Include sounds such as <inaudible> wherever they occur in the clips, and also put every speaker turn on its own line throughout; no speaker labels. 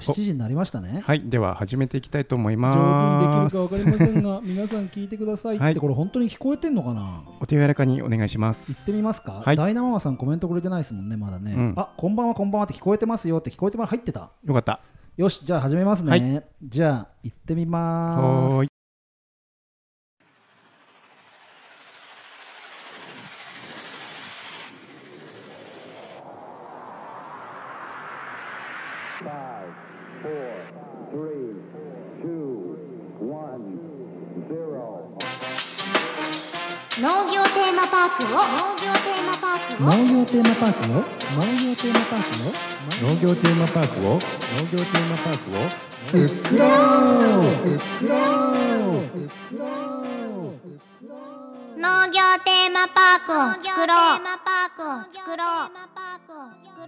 7時になりましたね。
はい、では始めていきたいと思い
上手に
ま。
ですきるかわかりませんが、 <laughs> 皆さん聞いてくださいって、
はい
これ本当に聞こえてんのかな。
お手柔らかにお願いしま
行っ
す。
てみますか。
はい
ダイナママさんコメントくれてないですもんね、まだね。
うん
あ、こんばんはこんばんはって聞こえてますよって聞こえてます入ってた。
よかった。
よし、じゃあ始めますね。
は
じゃあ行ってみま
はー
す
い。。
Five, four, three, two, one, zero.
農業テーマパークを農業テーマパークを
農業テーマパークよ。農業テーマパークよ。
農業テーマパークを農業テーマパークを
農業テーマパークを作ろう農業テーマパークを作ろう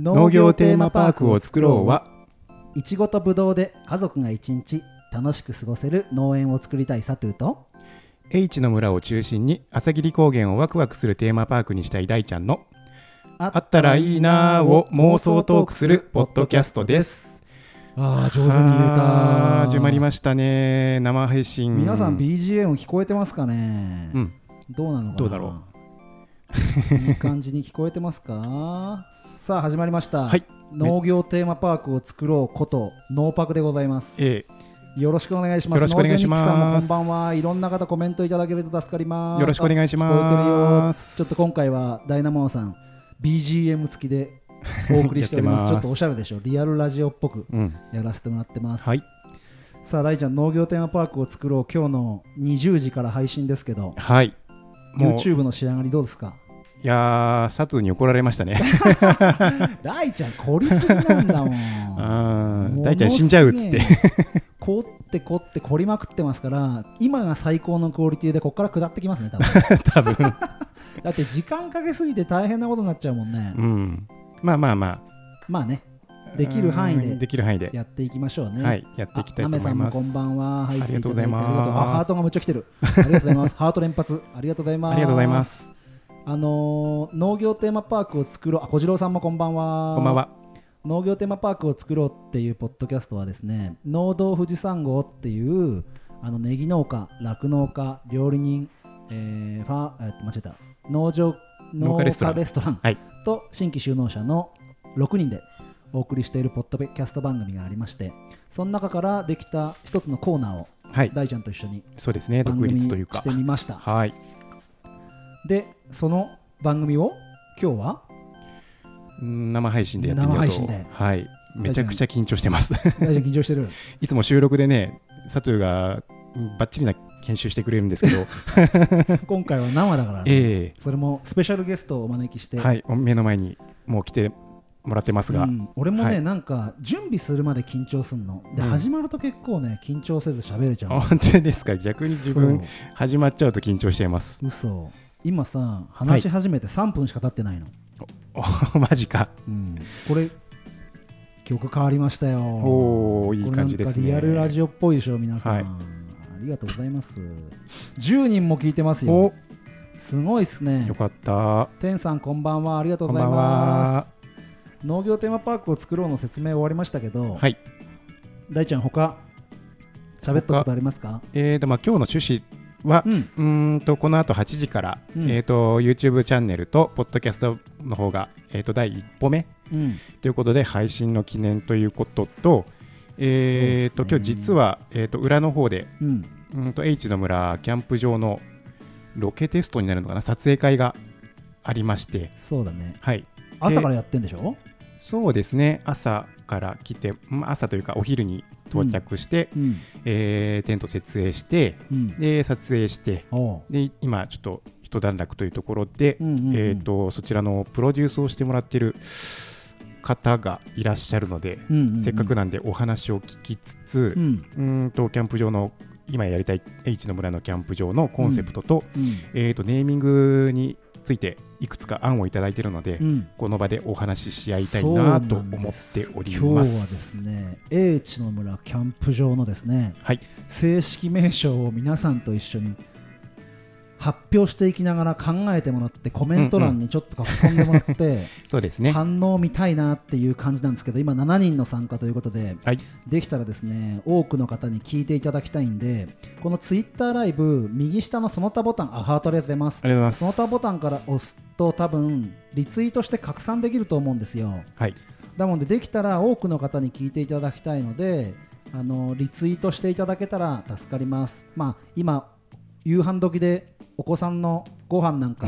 農業テーマパークを作ろうは、
いちごとぶどうで家族が一日楽しく過ごせる農園を作りたいサトゥーと
H の村を中心に朝霧高原をワクワクするテーマパークにしたい大ちゃんの
あ
あったらいいなーを妄想トークするポッドキャストです。
ああ上手に言えた
あー始まりま
し
したね。生配信。
皆さん BGM 聞こえてますかね、
うん。
どうなのかな
どうだろ
ういい感じに聞こえてますかさあ始まりました、
はい
農業テーマパークを作ろうことノーパクでございます
え
よろしくお願いします。
よろしくお願いします
農業日記さんもこんばんは。いろんな方コメントいただけると助かります。
よろしくお願いします
あ聞こえてるよちょっと今回はダイナモンさん BGM 付きでお送りしておりま
<laughs> やっ
す。
て
ち
ま
ょ
す
っとおしゃれでしょ。リアルラジオっぽく
ーうん。
やらせてもらってます。
はい。
さあ大ちゃん農業テーマパークを作ろう今日の20時から配信ですけど、
はい。もう、い
YouTube の仕上がりどうですか。
やー、佐藤に怒られまし
<laughs>
たね。
大ちゃん凝りすぎなんだもん。
<laughs>
も
あー
の
大ちゃん死んじゃうっつって。
すげえ。凝って凝って凝りまくってますから、今が最高のクオリティで、ここから下ってきますね、多分
多分。
だって時間かけすぎて大変なことになっちゃうもんね。
うん。まあまあま
まあね、
あ。
できる範囲
うん
で
できる範囲で。
やっていきましょうね。
はい、やっていきたいと思います。
あ雨さんもこんばんは。入ってただて
ありがとうございます
ありがとうあハートがむっちゃ来てる。ありがとうございます。ハート連発。ありがとうございます。
ありがとうございま。す。
あのー農業テーマパークを作ろう。あ、小次郎さんもこんばんは。
こんばんは。
農業テーマパークを作ろうっていうポッドキャストはですね農道富士山号っていうあのネギ農家酪農家料理人、えーファーえっと間違えた農場
農家レストラン
農家レストラン
はい
と新規就農者の6人でお送りしているポッドキャスト番組がありましてその中からできた一つのコーナーを
はい、
大ちゃんと一緒に
そうですね、
番
独
組に
立
し
というか
て。みました
はい。
でその番組を今日は
生配信でやってみよう
生
と。
配信で
はい。めちゃくちゃ緊張してます。
大ちゃん緊張してる
<laughs> いつも収録でね、佐藤がうんバッチリな研修してくれるんですけ
<laughs>
ど、
今回は生だから、
え
それもスペシャルゲストをお招きし
え
て、
はい、目の前にもう来てもらってますが、
うん俺もね、
はい
なんか準備するまで緊張すんので、
うん
始まると結構ね緊張せず喋れちゃう
あ <laughs> 本当ですか、逆に自分、始まっちゃうと緊張しちゃいます。
そう
<laughs>
嘘今さ話し始めて3分しか経ってないの、
おマジか。
うんこれ曲変わりましたよ
おおいい感じですね。
これなんかリアルラジオっぽいでしょ皆さん、
はい
ありがとうございます10人も聞いてますよ
お
すごいっすね
よかった。
天さんこんばんはありがとうござい
こんばん
ま
は
す農業テーマパークを作ろうの説明終わりましたけど、
はい。
大ちゃん他喋ったことありますか
えーとまあ、今日の趣旨は、
うん
うーん、とこの後8時から、
うん
えー、と YouTube チャンネルと、ポッドキャストの方が、えー、と第一歩目
うん
ということで、配信の記念ということと、えーと
そう
今
ですね
日実は、えー、と裏の方で、
うん、
うーんと H の村キャンプ場のロケテストになるのかな、撮影会がありまして、
そうだね。
はい、
朝からやってんでしょ、
そうですね、朝から来て、うん朝というか、お昼に到着して、
うん。
えーテント設営して、
うん。
で撮影して、
おう。
で今ちょっと一段落というところで、
うんうんうん
えー、とそちらのプロデュースをしてもらってる方がいらっしゃるので、
うんうんうん
せっかくなんでお話を聞きつつ、
う。
うんーんとキャンプ場の今やりたい H の村のキャンプ場のコンセプトと,、
うん。
えー、とネーミングについていくつか案をいただいているので、
うん。
この場でお話しし合いたいなと思っておりま
そうなんです今日は
す。
ですね、英知の村キャンプ場のですね、
はい、
正式名称を皆さんと一緒に発表していきながら考えてもらってコメント欄にちょっと書き込んでもら
<laughs>
って、
そうですね。
反応見たいなっていう感じなんですけど今7人の参加ということで
はい。
できたらですね多くの方に聞いていただきたいんでこのツイッターライブ右下のその他ボタンあハートありがとうございます
ありがとうございます。
その他ボタンから押すと多分リツイートして拡散できると思うんですよ
はい。
だもんでできたら多くの方に聞いていただきたいのであのリツイートしていただけたら助かりますまあ今夕飯時でお子さんのご飯なんか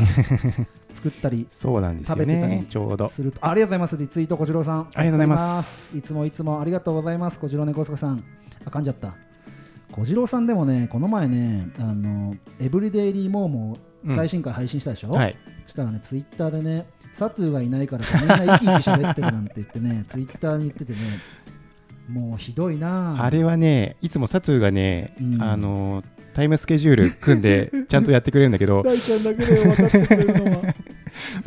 作ったり
そうなんですよ
食べてた
ね
ね。
ちょうど。
するとあありがとうございますリツイート小次郎さん
ありがとうございます
助かりいつもいつもありがとうございます小次郎猫塚さんあかんじゃった小次郎さんでもねこの前ねあのエブリデイリーモーモ
うん
ー最新回配信したでしょ、
はい。
したらねツイッターでねサトゥーがいないからみんな生き生き喋ってるなんて言って
<laughs>
ねツイッターに言っててねもうひどいなぁ
あれはね、いつもサトゥーがね
う、ん
あの、タイムスケジュール組
<laughs>
んで、ちゃんとやってくれるんだけど、
大ちゃんだけで分かってくれるのは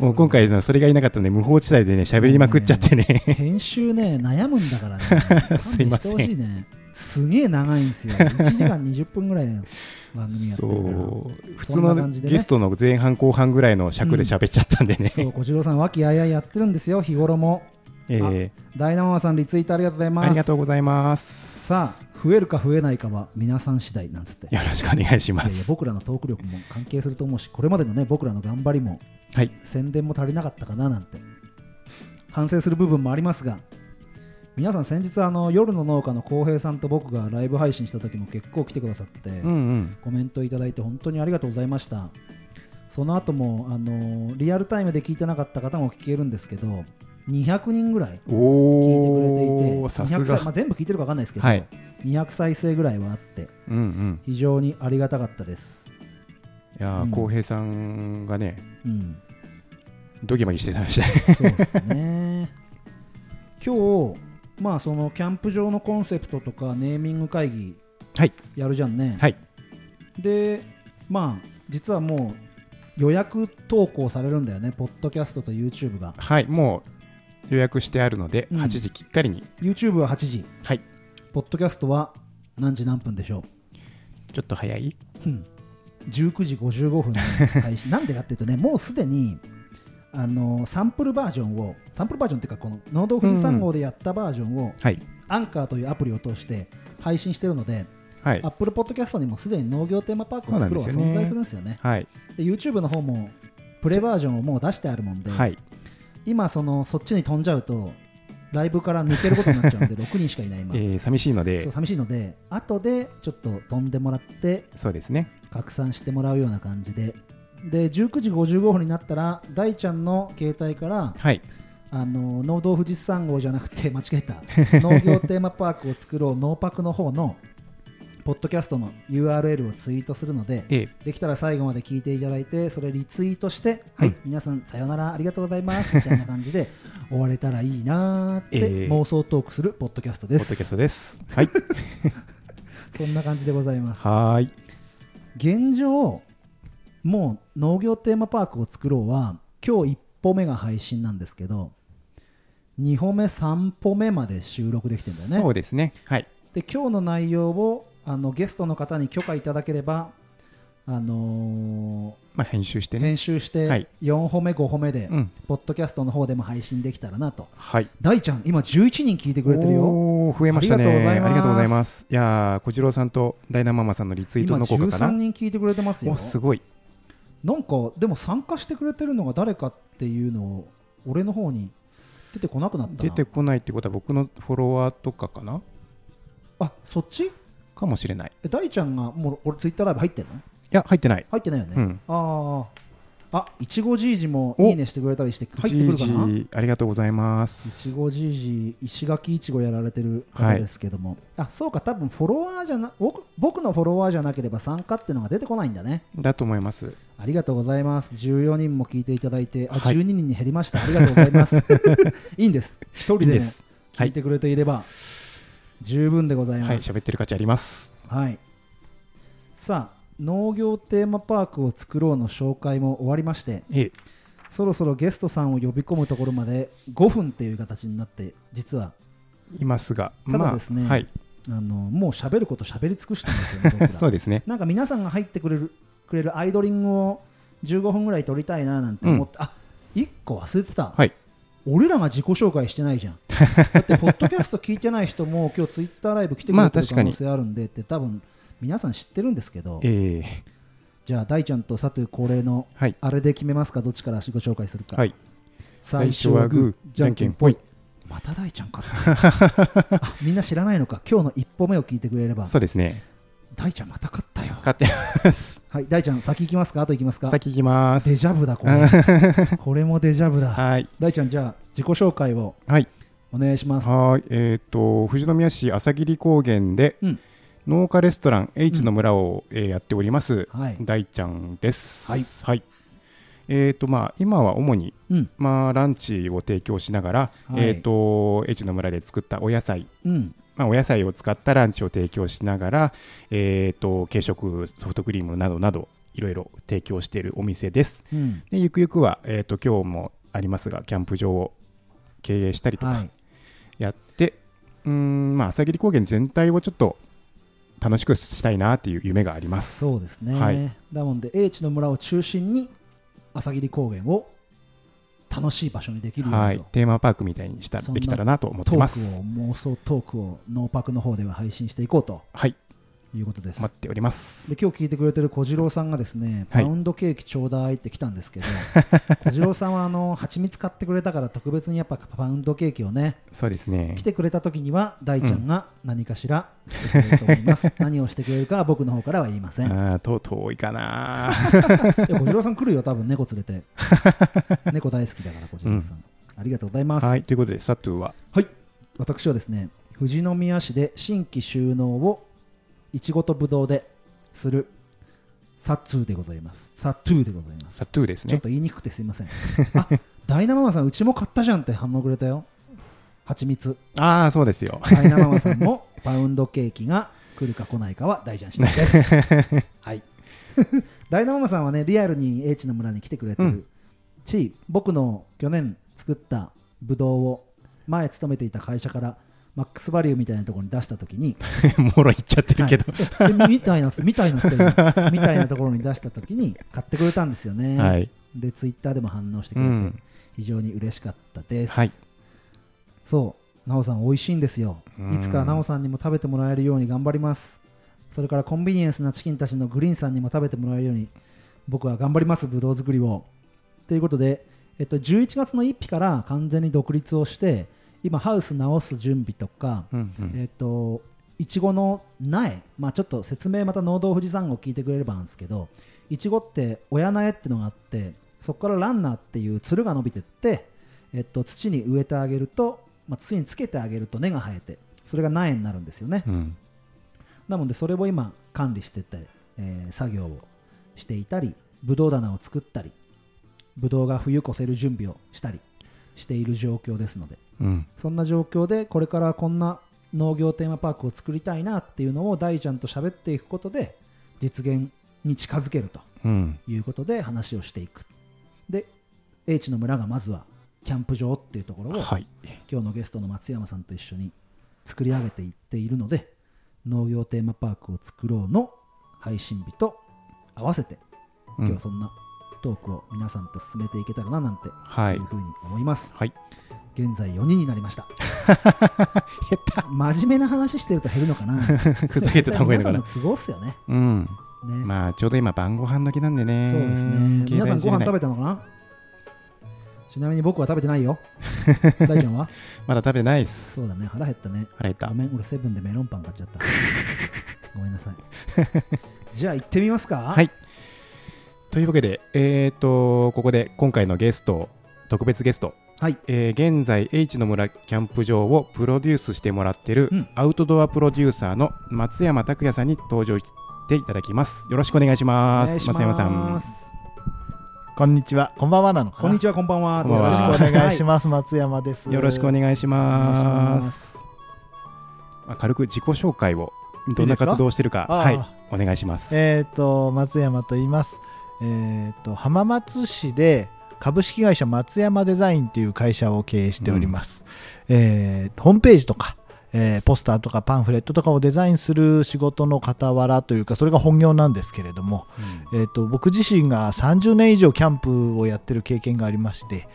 <laughs> もう今回のそれがいなかったんで、無法地帯でね、喋りまくっちゃってね。
編集ね悩むんだからね
<laughs> すいませ
勘弁してほ
ん
しねすげえ長いんですよ1時間20分ぐらいの番組やって
<laughs>
る
そ
から
う普通
そんな
の
感じでね
ゲストの前半後半ぐらいの尺で喋っちゃったんでね、
そう小次郎さん和気あいあいやってるんですよ日頃も
<laughs> えー
ダイナママさんリツイートありがとうございます
ありがとうございます
さあ増えるか増えないかは皆さん次第なんつって
よろしくお願いしま
いやいや
す
僕らのトーク力も関係すると思うしこれまでのね僕らの頑張りも
はい
宣伝も足りなかったかななんて反省する部分もありますが皆さん先日あの夜の農家の浩平さんと僕がライブ配信した時も結構来てくださって、
うんうん
コメントいただいて本当にありがとうございましたその後もあのリアルタイムで聞いてなかった方も聞けるんですけど200人ぐらい聞いてくれてい
お
て
おさす
200再まあ、
が
全部聞いてるか分かんないですけど、
はい
200再生ぐらいはあって
うんうん
非常にありがたかったです
いや
うん
ー浩平さんがね
うん
ドギマギしてました
そうですね。 <laughs> 今日、まあそのキャンプ場のコンセプトとかネーミング会議
はい
やるじゃんね。
<laughs> はい
で、まあ実はもう予約投稿されるんだよね、ポッドキャストと YouTube が。
はいもう予約してあるので
うん
8時きっかりに、
YouTube は8時、
はい
ポッドキャストは何時何分でしょ。
ちょっと早いう
うん19時55分 <laughs> の開始なんでかっていうとね、もうすでにあのサンプルバージョンを、サンプルバージョンっていうか、この農道富士山号でやったバージョンを、
はい
アンカーというアプリを通して配信してるので、
はい
Apple Podcast にもすでに農業テーマパークを作ろうは
そうな
存
んですよね
在するんですよね。
はい
で YouTube の方もプレバージョンをもう出してあるもんで、
はい
今その、そっちに飛んじゃうと、ライブから抜けることになっちゃうん
<laughs>
で、6人しかいない
え
今、
ー寂しいので
そう寂しいので、後でちょっと飛んでもらって、
そうですね
拡散してもらうような感じで。で19時55分になったら大ちゃんの携帯から
はい
あの農道富士山号じゃなくて <laughs> 間違え
<laughs>
た農業テーマパークを作ろう農パクの方のポッドキャストの URL をツイートするので
えー
できたら最後まで聞いていただいてそれリツイートして、はい皆さんさよならありがとうございます
<laughs>
みたいな感じで終われたらいいなーって
ええ
妄想トークするポッドキャストで
ポ
す、
ッドキャストです
<laughs>
はい
そんな感じでございます
はーい
現状もう農業テーマパークを作ろうは今日1歩目が配信なんですけど2歩目3歩目まで収録できてるんだよ
そう
ね
ですね。はい。
で今日の内容をあのゲストの方に許可いただければあの
まあ、編集して
ー
ね。
編集し
はい
て4歩目5歩目で、
うん。
ポッドキャストの方でも配信できたらなと
はい。
大ちゃん今11人聞いてくれてるよ
おー増えましたね。
あり
あり
がと
がと
う
う
ご
ご
ざ
ざ
い
い
ま
ます。いやー、小次郎さんとダイナママさんのリツイート
今
の効果か
13
な。
人聞いてくれてますよ
お、すごい。
なんかでも参加してくれてるのが誰かっていうのを俺の方に出てこなくなった
出
な
てこないってことは僕のフォロワーとかかな
あそっち
かもしれない。い
え大ちゃんがもう俺ツイッターライブ入ってんの
や、入ってない。
入ってないよね、
うん
あああいちごじいじも
お
いいねしてくれたりして入ってくるかな
じ
い
いじありがとうございま
ち
す。
ごじいじ石垣いちごやられてる方ですけども、あそうか多分フォロワーじゃな僕僕のフォロワーじゃなければ参加ってのが出てこないんだね
だと思います。
ありがとうございます。14人も聞いていただいて、あ、
はい
12人に減りました。ありがとうござい <laughs> ます。いいんです。一人で,、
いい
ね
んですは
聞
い
いてくれていれば十分でございます。
はい、喋ってる価値あります。
はいさあ、農業テーマパークを作ろうの紹介も終わりまして、
ええ、
そろそろゲストさんを呼び込むところまで5分っていう形になって、実は、
いますが、
ただ
まあ、
ですね
はい、 <laughs>
あのもう喋ること喋り尽くしたんですよね、僕ら
そうですね。
なんか皆さんが入ってくれるくれるアイドリングを15分ぐらい撮りたいななんて思って、あ一1個忘れてた、
はい。
俺らが自己紹介してないじゃ
<laughs>
んだってポッドキャスト聞いてない人も今日ツイッターライブ来てく
ま
れ
あ
てる
確か
可
に
能性あるんでって多分皆さん知ってるんですけど
えー、
じゃあ大ちゃんと佐藤恒例の
はい。
あれで決めますかどっちから自己紹介するか、
はい。
最初はグーじゃんけんぽい
い。
また大ちゃんか
<laughs>
あみんな知らないのか今日の一歩目を聞いてくれれば
そうですね。
大ちゃんまた勝ったよ
勝ってます。
はい大ちゃん先行きますか後行きますか
先行きま
デ
す。
ジャブだこれ
<laughs>
これもデジャブだ
はい。
大ちゃんじゃあ自己紹介を
はい。
お願いします
はい。えっ、と、富士宮市朝霧高原で、
うん
農家レストラン H の村を、えーやっております、
はい
大ちゃんです。
はい
えっ、と、まあ、今は主に、
うん
まあ、ランチを提供しながら、
はい
えっ、と、H の村で作ったお野菜、
うん
まあ、お野菜を使ったランチを提供しながら、えっ、と、軽食、ソフトクリームなどなど、いろいろ提供しているお店です。
うん
でゆくゆくは、えー、と今日もありますがキャンプ場を経営したりと
は
か
い
やって、うーんまあ朝霧高原全体をちょっと楽しくしたいなっていう夢があります
そうですね、
はい
だもんで英知の村を中心に朝霧高原を楽しい場所にできるようにと、
はいテーマパークみたいにした
そんな
できたらなと思っ
ト
てま
ー
す
クを妄想トークをノーパクの方では配信していこうと
はい
いうことです
待っております
で今日聞いてくれてる小次郎さんがですね、
はい
パウンドケーキちょうだいって来たんです
<laughs>
けど小次郎さんはあの蜂蜜買ってくれたから特別にやっぱパウンドケーキをね
そうですね
来てくれた時には大ちゃんが何かしらしてくれると思い
<laughs>
ます、何をしてくれるかは僕の方からは言いません
あーとうとう多いかな
<laughs> いや小次郎さん来るよ、多分猫連れ
<laughs>
て。猫大好きだから、小次郎さん。ありがとうございます。
はいということでサトゥーは
はい私はですね、富士宮市で新規収納をいちごとぶどうでするサトゥーでございます。サトゥーでございます。
サトゥーです
ちょっ
ね
と言いにくくてすいません。あダイナママさん、うちも買ったじゃんって反応くれたよ。蜂蜜。
ああそうですよ
ダイナママさんもパウンドケーキが来るか来ないかは大ちゃん次第
<laughs>
です。はい。 <laughs> ダイナママさんはね、リアルに H の村に来てくれてる、
うん
し、僕の去年作ったブドウを前勤めていた会社からマックスバリューみたいなところに出したときに、
もろいっちゃって <laughs> るけど
はいでみたいな、みたいな、みたいなところに出したときに買ってくれたんですよね。
<laughs> はい、
で、ツイッターでも反応してく
う
れて、
ん
非常に嬉しかったです。
はい
そう、なおさん、美味しいんですよ
う。ん
いつかなおさんにも食べてもらえるように頑張ります。それからコンビニエンスなチキンたちのグリーンさんにも食べてもらえるように、僕は頑張ります、ぶどう作りを。ということで、えっと、11月の1日から完全に独立をして、今、ハウス直す準備とか、
うんうん
えっと、いちごの苗、まあ、ちょっと説明また農道富士山号聞いてくれればなんですけどいちごって親苗ってのがあってそこからランナーっていうつるが伸びてって、えっと、土に植えてあげると、まあ、土につけてあげると根が生えてそれが苗になるんですよね、
うん
なのでそれを今管理してて、えー作業をしていたりぶどう棚を作ったりぶどうが冬越せる準備をしたりしている状況ですので
うん
そんな状況でこれからこんな農業テーマパークを作りたいなっていうのを大ちゃんと喋っていくことで実現に近づけると
うん
いうことで話をしていくで H の村がまずはキャンプ場っていうところを
はい
今日のゲストの松山さんと一緒に作り上げていっているので農業テーマパークを作ろうの配信日と合わせて
うん
今日はそんなトークを皆さんと進めていけたらななんて
はいいう
ふうに思います、
はい
現在4人になりました
下手
真面目な話してると減るのかな
<laughs> ふざけてた方がいいの
皆。さ
かな
んの都合っすよね
うん。
ね、
まあ、ちょうど今、晩ご飯時なんでね。
そうですね皆さんご飯食
べ
べたのかなちなみに僕は食べてない
<laughs>
よ大ちゃんは
まだ食べてないっす。
そうだね腹減ったね
腹減った
ご。めん俺セブンでメロンパン買っちゃっ
<laughs>
たごめんなさいじゃあ行ってみますか
はい。というわけで、えっ、と、ここで今回のゲスト、特別ゲスト、
はい
えー現在、H の村キャンプ場をプロデュースしてもらってる、
うん
アウトドアプロデューサーの松山拓也さんに登場していただきます。よろしくお願いしま
お
す。
願いします
松山さん。
こんにちは、こんばんはなのかな。
こんにちはこんばんは
こんばんは
よろしくお願いし
ま
ます。松山です。
よろしくお願いしま。
お願いします
まあ軽く自己紹介を、どんな活動をしてるか、
ああ
はい、お願いします。
えっ、と、松山と言います。えっ、と、浜松市で株式会社松山デザインという会社を経営しております。えーホームページとか、えーポスターとかパンフレットとかをデザインする仕事の傍らというかそれが本業なんですけれども、えー、と僕自身が30年以上キャンプをやってる経験がありまして、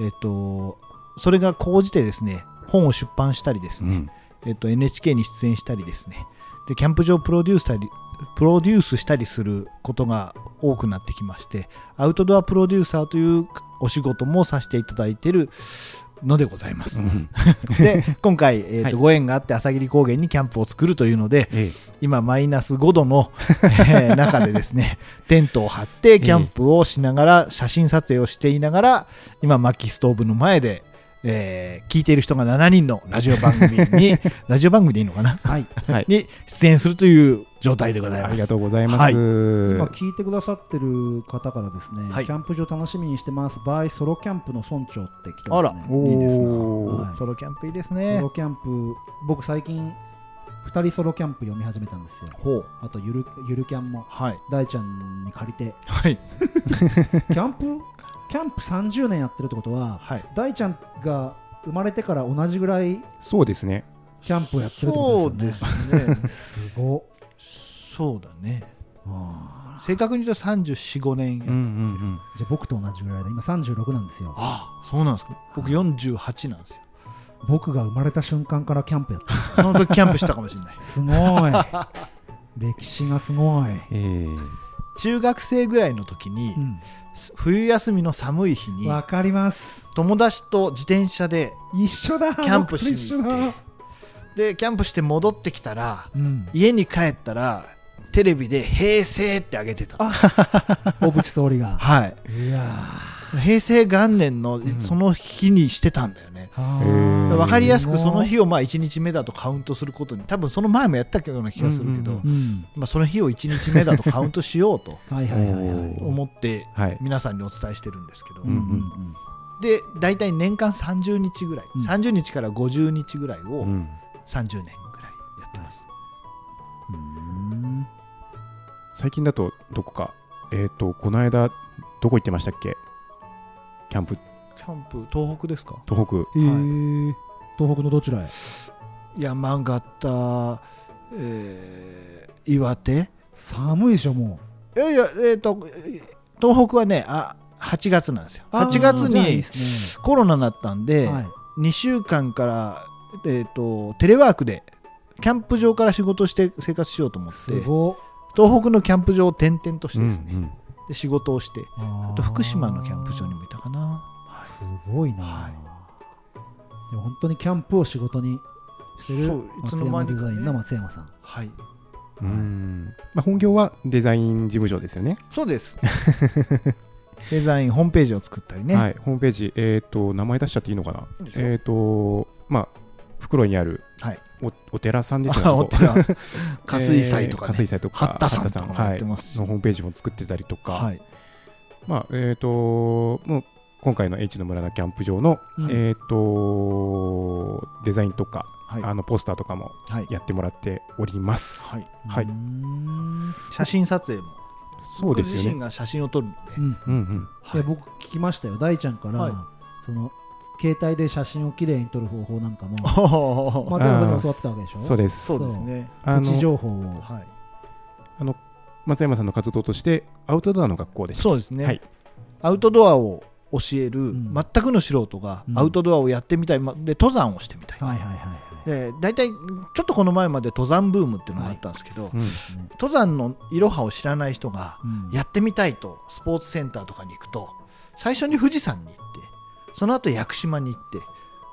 えー、とそれが高じてですね本を出版したりです
う
ね、
ん
えっと、NHK に出演したりですねでキャンプ場をプロデュースしたりプロデュースしたりすることが多くなってきましてアウトドアプロデューサーというお仕事もさせていただいているのでございます、
うん
で今回、えっと
はい
ご縁があって朝霧高原にキャンプを作るというので
ええ
今マイナス5度の、えー中でですねテントを張ってキャンプをしながら写真撮影をしていながら今薪ストーブの前で、えー聞いている人が7人のラジオ番組にラジオ番組でいいのかな
はい、
はい
に出演するという状態でござい
<laughs>
ます。
ありがとうございます。
今聞いてくださってる方からですね、
はい
キャンプ場楽しみにしてます、by ソロキャンプの村長って来て
あ
ます
ら
ね。
おー
いいですな、
お
はい
ソロキャンプいいです
ソ
ね
ロ。キャンプ、僕最近2人ソロキャンプ読み始めたんですよ。
ほう
あとゆるゆるキャンも
はい
大ちゃんに借りて、
はい
キャンプキャンプ30年やってるってことは、
はい。
大ちゃんが生まれてから同じぐらい
そうですね。
キャンプをやってるってこ
そ
と
う
で
ですす
よね。
ね。
すごっ
そうだね。
あ
正確に言うと34、5年や
うんうんうん。
ーじゃあ僕と同じぐらいで今36なんですよ
ああそうなんですか僕48なんですよ
僕が生まれた瞬間からキャンプやってる
その時キャンプしたかもしれない
すごい <laughs> 歴史がすごい、
ええ
中学生ぐらいの時に、
う
冬休みの寒い日
ん、
に
わかります
友達と自転車で
一緒だキ
ャンプしに
一
行
緒
って
だ、
でキャンプして戻ってきたら
うん、
家に帰ったらテレビで「平成」ってあげてた
あ小渕総理 <laughs> が
はい
いや
平成元年の
ん
その日にしてたんだよね、
へー
分かりやすくその、
あー
日をまあ1日目だとカウントすることに多分その前もやったような気がするけど、
うんうん
すごいうん、
まあ、その日を1日目だとカウントしようと
はいはいはいはい
おー
思って
はい。
皆さんにお伝えしてるんですけど、
うん
うん
で大体年間30日ぐらい、
うん
30日から50日ぐらいを
うん
30年ぐらいやってます、
うん
最近だとどこか、えっ、とこの間どこ行ってましたっけ？キャンプ
キャンプ東北ですか
東北。
へー東北のどちらへ
山形、えー岩手
寒いでしょも
いやいや、えー、と東北はねあ8月なんですよ
う
8月
あーじゃあいいっ
に
す
コロナになった
ね
んで、
はい
2週間から、えー、とテレワークでキャンプ場から仕事して生活しようと思って
すごっ
東北のキャンプ場を転々としてですね、
うんうん
で仕事をしてあと福島のキャンプ場にもいたかな
すごいな、
はい
でも本当にキャンプを仕事にしてる
そういつ
松
の間
山
にかね
デザインの松山さん、
はい
うんまあ、本業はデザイン事務所ですよね。
そうです
<laughs>
デザインホームページを作ったりね、
はい、ホームページ、えっ、と、名前出しちゃっていいのかな。
いいですよ
えっ、と、まあ、袋にある
はい
おお寺さんですよね
あ。 <laughs> お
ここ <laughs>
寺加水祭とか
えー加水
ね、
祭とか、
八田さんとかも
八
や
田
って
さん
ま
はい、
すし
のホームページも作ってたりとか、
はい
まあ、えっ、と、もう今回の H の村のキャンプ場の、
うん
えっ、と、デザインとか、
はい
あのポスターとかも
はい
やってもらっております。
はい
はいう
ーん
写真撮影も
そうですよ
僕自身
ね。
が写真を撮るので、
うん
うんうん。
いや僕聞きましたよ大ちゃんから、
はい
その携帯で写真をきれいに撮る方法なんかも松
おー
山さんに教わってたわけでしょ
そうです。
<laughs> そうですね
あ
位置
の
情報を
はい
松山さんの活動として、アウトドアの学校でした。
そうですね、
はい
アウトドアを教える、
ん
全くの素人が
うん
アウトドアをやってみたい、まで登山をしてみたい、
はいはいはいはい
で大体ちょっとこの前まで登山ブームっていうのがあったんですけど、
うん
ね
登山のいろはを知らない人が
うん
やってみたいとスポーツセンターとかに行くと最初に富士山に行ってその後屋久島に行っ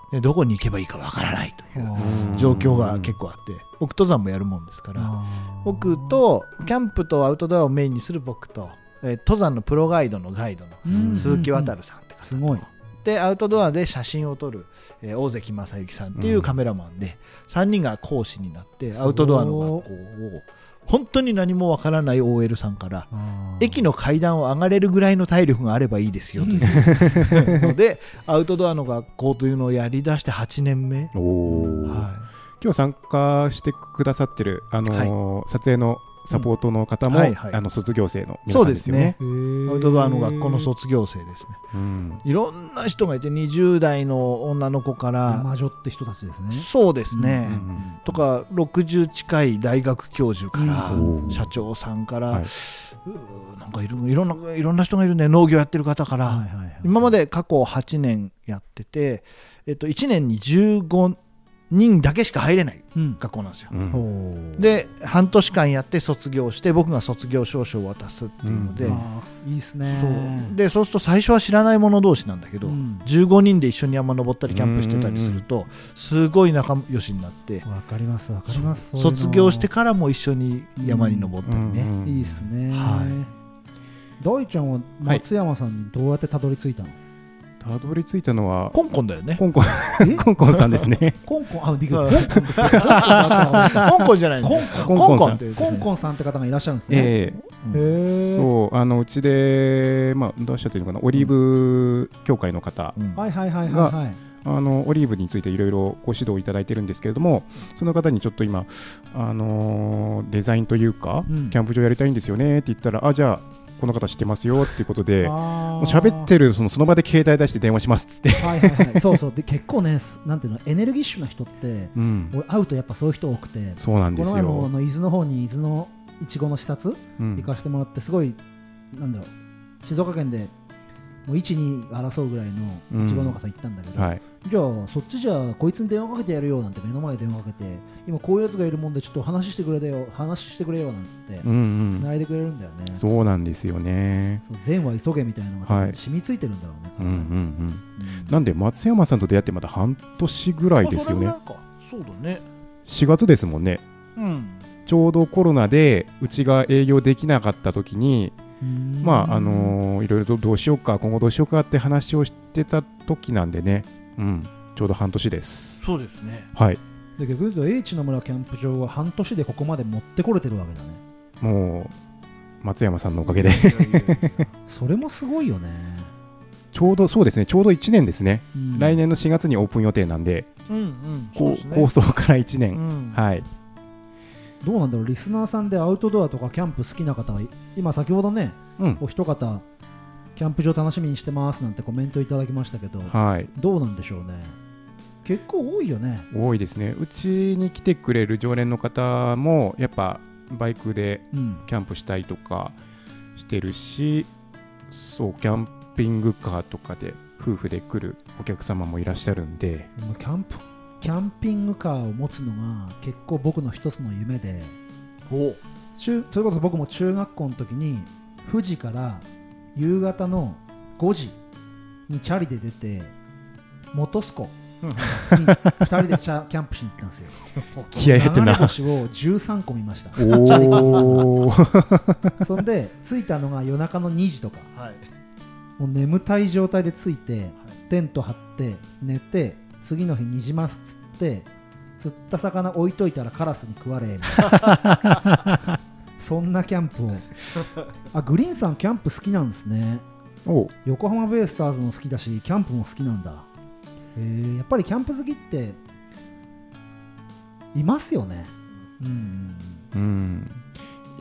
てでどこに行けばいいかわからないという
うん
状況が結構あって僕登山もやるもんですから
あー
僕とキャンプとアウトドアをメインにする僕と、えー登山のプロガイドのガイドの
うん
鈴木
うん
渉
うん
さんって方
すごい
でアウトドアで写真を撮る、えー大関正行さんっていうカメラマンで、3人が講師になってアウトドアの学校を本当に何もわからない OL さんから
あー
駅の階段を上がれるぐらいの体力があればいいですよという
<laughs>
のでアウトドアの学校というのをやりだして8年目、
おお、
は
今日参加してくださってる、あのー撮影のサポートの方も、
はいはい
あの卒業生の皆さ
そうんで
ですすよね
ア
ね。アウ
ウ
トドアの学校の卒業生ですね
うん
いろんな人がいて20代の女の子から
魔女って人たちですね。
そうですね、
うん
とか60近い大学教授から、
うん
社長さんから、
はいう
ーなんかいろいろんないろんな人がいるね農業やってる方から、
はいはいはい
今まで過去8年やってて、えっと、1年に15人だけしか入れない
うん
学校なんですよ。
うん
ほう
で半年間やって卒業して僕が卒業証書を渡すっていうので,、
うん
あーいいですね。
そうでそうすると最初は知らない者同士なんだけど、
うん
15人で一緒に山登ったりキャンプしてたりすると、すごい仲良しになって
わかりますわかります。そういうの
卒業してからも一緒に山に登ったりね、
うん
いいですね。
は
大ちゃんは松山さんにどうやってたどり着いたの？
たどり着いたのは
コンコンだよね
コンコン
え
<laughs> コンコンさんですね
コンコンあびっくり
うん
コンコンコンコンだった
コンコンじゃないんだよ
コン
コンコ
コン
ンっ
さ
て
ん
い
<laughs>
う
コンコンさんって方がいらっしゃるんですね。
え
ええ
え
へー
そうあのうちでまあどうしちゃっていうのかなオリーブ協会の方
うん
はいはいはいはいはい。
あのオリーブについていろいろご指導いただいてるんですけれども、その方にちょっと今、あのーデザインというか、
うん
キャンプ場やりたいんですよねって言ったら、あじゃあ、この方知ってますよっていうことで、もう
あー
喋ってるそのその場で携帯出して電話しますっつって、
はいはいはい。そうそうで結構ねすなんていうのエネルギッシュな人って
うん、
俺会うとやっぱそういう人多くて。
そうなん
こ
で
の
す
前もあ
よ。
の伊豆の方に伊豆のいちごの視察
うん
行かせてもらってすごいなんだろう静岡県でもう1、2争うぐらいのいちご農家さん行ったんだけど、
はい、
じゃあそっちじゃあこいつに電話かけてやるよなんて目の前で電話かけて今こういうやつがいるもんでちょっと話してくれだよ話してくれよなんて
うんうん
繋いでくれるんだよね、そう
そうなんですよね。
善は急げみたいなのが多
は
分
い
染みついてるんだろうね、
うんうんうん、
うん
なんで松山さんと出会ってまだ半年ぐらいですよね
あそれぐらいかそうだね
4月ですもんね
うん
ちょうどコロナでうちが営業できなかった時に
うん
まああのーいろいろとどうしようか今後どうしようかって話をしてた時なんでね、うん、ちょうど半年です。
そうですね
はい、
だけど逆に言うと英知の村キャンプ場は半年でここまで持ってこれてるわけだね
もう松山さんのおかげで
それもすごいよね、
ちょうどそうですねちょうど1年ですね、
うん
来年の4月にオープン予定なんで
うんうんそう
こ
で
う
す
構
ね
想から1
う
年、
ん
はい
どうなんだろうリスナーさんでアウトドアとかキャンプ好きな方はい今先ほどね
うん
お一方キャンプ場楽しみにしてますなんてコメントいただきましたけど
はい、
どうなんでしょうね結構多いよね
多いですねうちに来てくれる常連の方もやっぱバイクで
うん
キャンプしたいとかしてるし、そう、キャンピングカーとかで夫婦で来るお客様もいらっしゃるんで、
でもキャンプキャンピングカーを持つのが結構僕の一つの夢で
ほ
中それこそ僕も中学校の時に富士から夕方の5時にチャリで出て本栖湖に2人でチ
<laughs>
ャキャンプしに行ったんですよ
気合入って
流れ
んな。
星を13個見ました
お
<laughs>
ー
そんで着いたのが夜中の2時とか
うはい
もう眠たい状態で着いてテント張って寝て次の日にじますっつって釣った魚置いといたらカラスに食われみたいなそんなキャンプをあグリーンさんキャンプ好きなんですね
お
横浜ベイスターズも好きだしキャンプも好きなんだえーやっぱりキャンプ好きっていますよねうん
うん。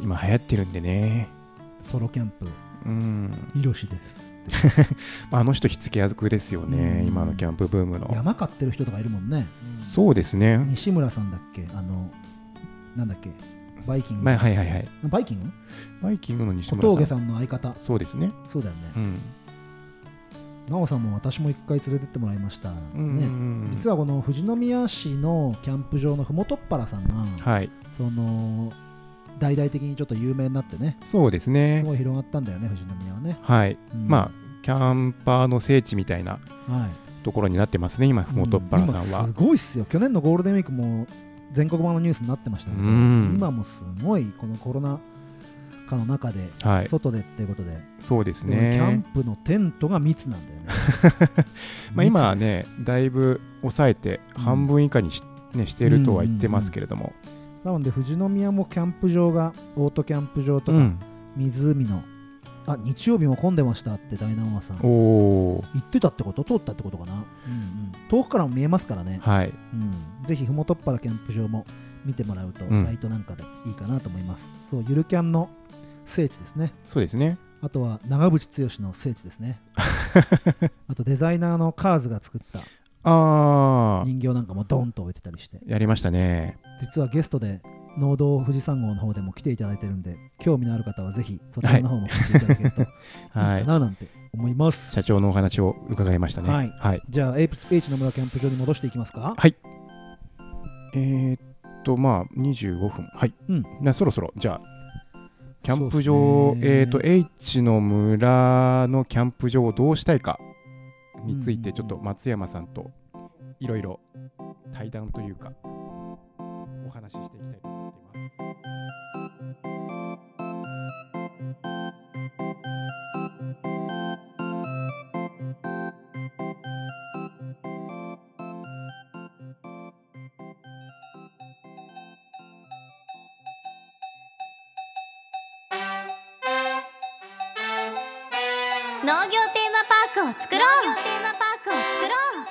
今流行ってるんでね。
ソロキャンプ
うん。
ヒロシです
まああの人火付け役ですよね
う。ん
今のキャンプブームの。
山買ってる人とかいるもんね
そうですね。
西村さんだっけあのなんだっけバイキング、
まあ、はいはいはい。
バイキング
バイキングの西
小
村さ
峠
ん。
さんの相方
そうですね。
そうだよね、
うん。
奈緒さんも私も一回連れてってもらいました、
うんうん
ね
うん
実はこの富士宮市のキャンプ場のふもとっぱらさんが、
はい。
その大々的にちょっと有名になってね
そうです
す
ね。
ごい広がったんだよね富士宮はね、
はい。
うん
まあ、キャンパーの聖地みたいな
はい
ところになってますね、今、ふもとっぱらさんは
今す。ごいっすよ去年のゴールデンウィークも全国版のニュースになってましたけど、
うん
今もすごいこのコロナ禍の中で、
はい、
外でっていうことで
そうです
でもねキャン
ね。。
プのテントが密なんだよね
<laughs> まあ、今はね、だいぶ抑えて、
うん
半分以下にし,、ね、してるとは言ってますけれども、
密です。なので、富士宮もキャンプ場が、オートキャンプ場と
う
か、
ん、
湖の、あ日曜日も混んでましたって、ダイナマさん。言
おー
ってたってこと通ったってことかな、うんうん遠くからも見えますからね、
はい、
うん、ぜひふもとっぱらキャンプ場も見てもらうと、
うん
サイトなんかでいいかなと思います。そう、ゆるキャンの聖地ですね。
そうですね。
あとは長渕剛の聖地です
<laughs>
ね。あとデザイナーのカーズが作った
ああ、
人形なんかもドンと置いてたりして、
やりましたね。
実はゲストで農道富士山号の方でも来ていただいてるんで、興味のある方はぜひそちらの方も聞いていただけるといい
は
か
い。
ななんて思います。
社長のお話を伺いましたね。
はいじゃあ、H の村キャンプ場に戻していきますか。
えー、っと、まあ、25分。はい。
うん
なそろそろ、じゃあ、キャンプ
そ
場
う、ですね
えーっと、H の村のキャンプ場をどうしたいかについて、
うん
ちょっと松山さんといろいろ対談というか、お話ししていきたいと思っています。
農業テーマパークを作ろう農業テーマパークを作ろう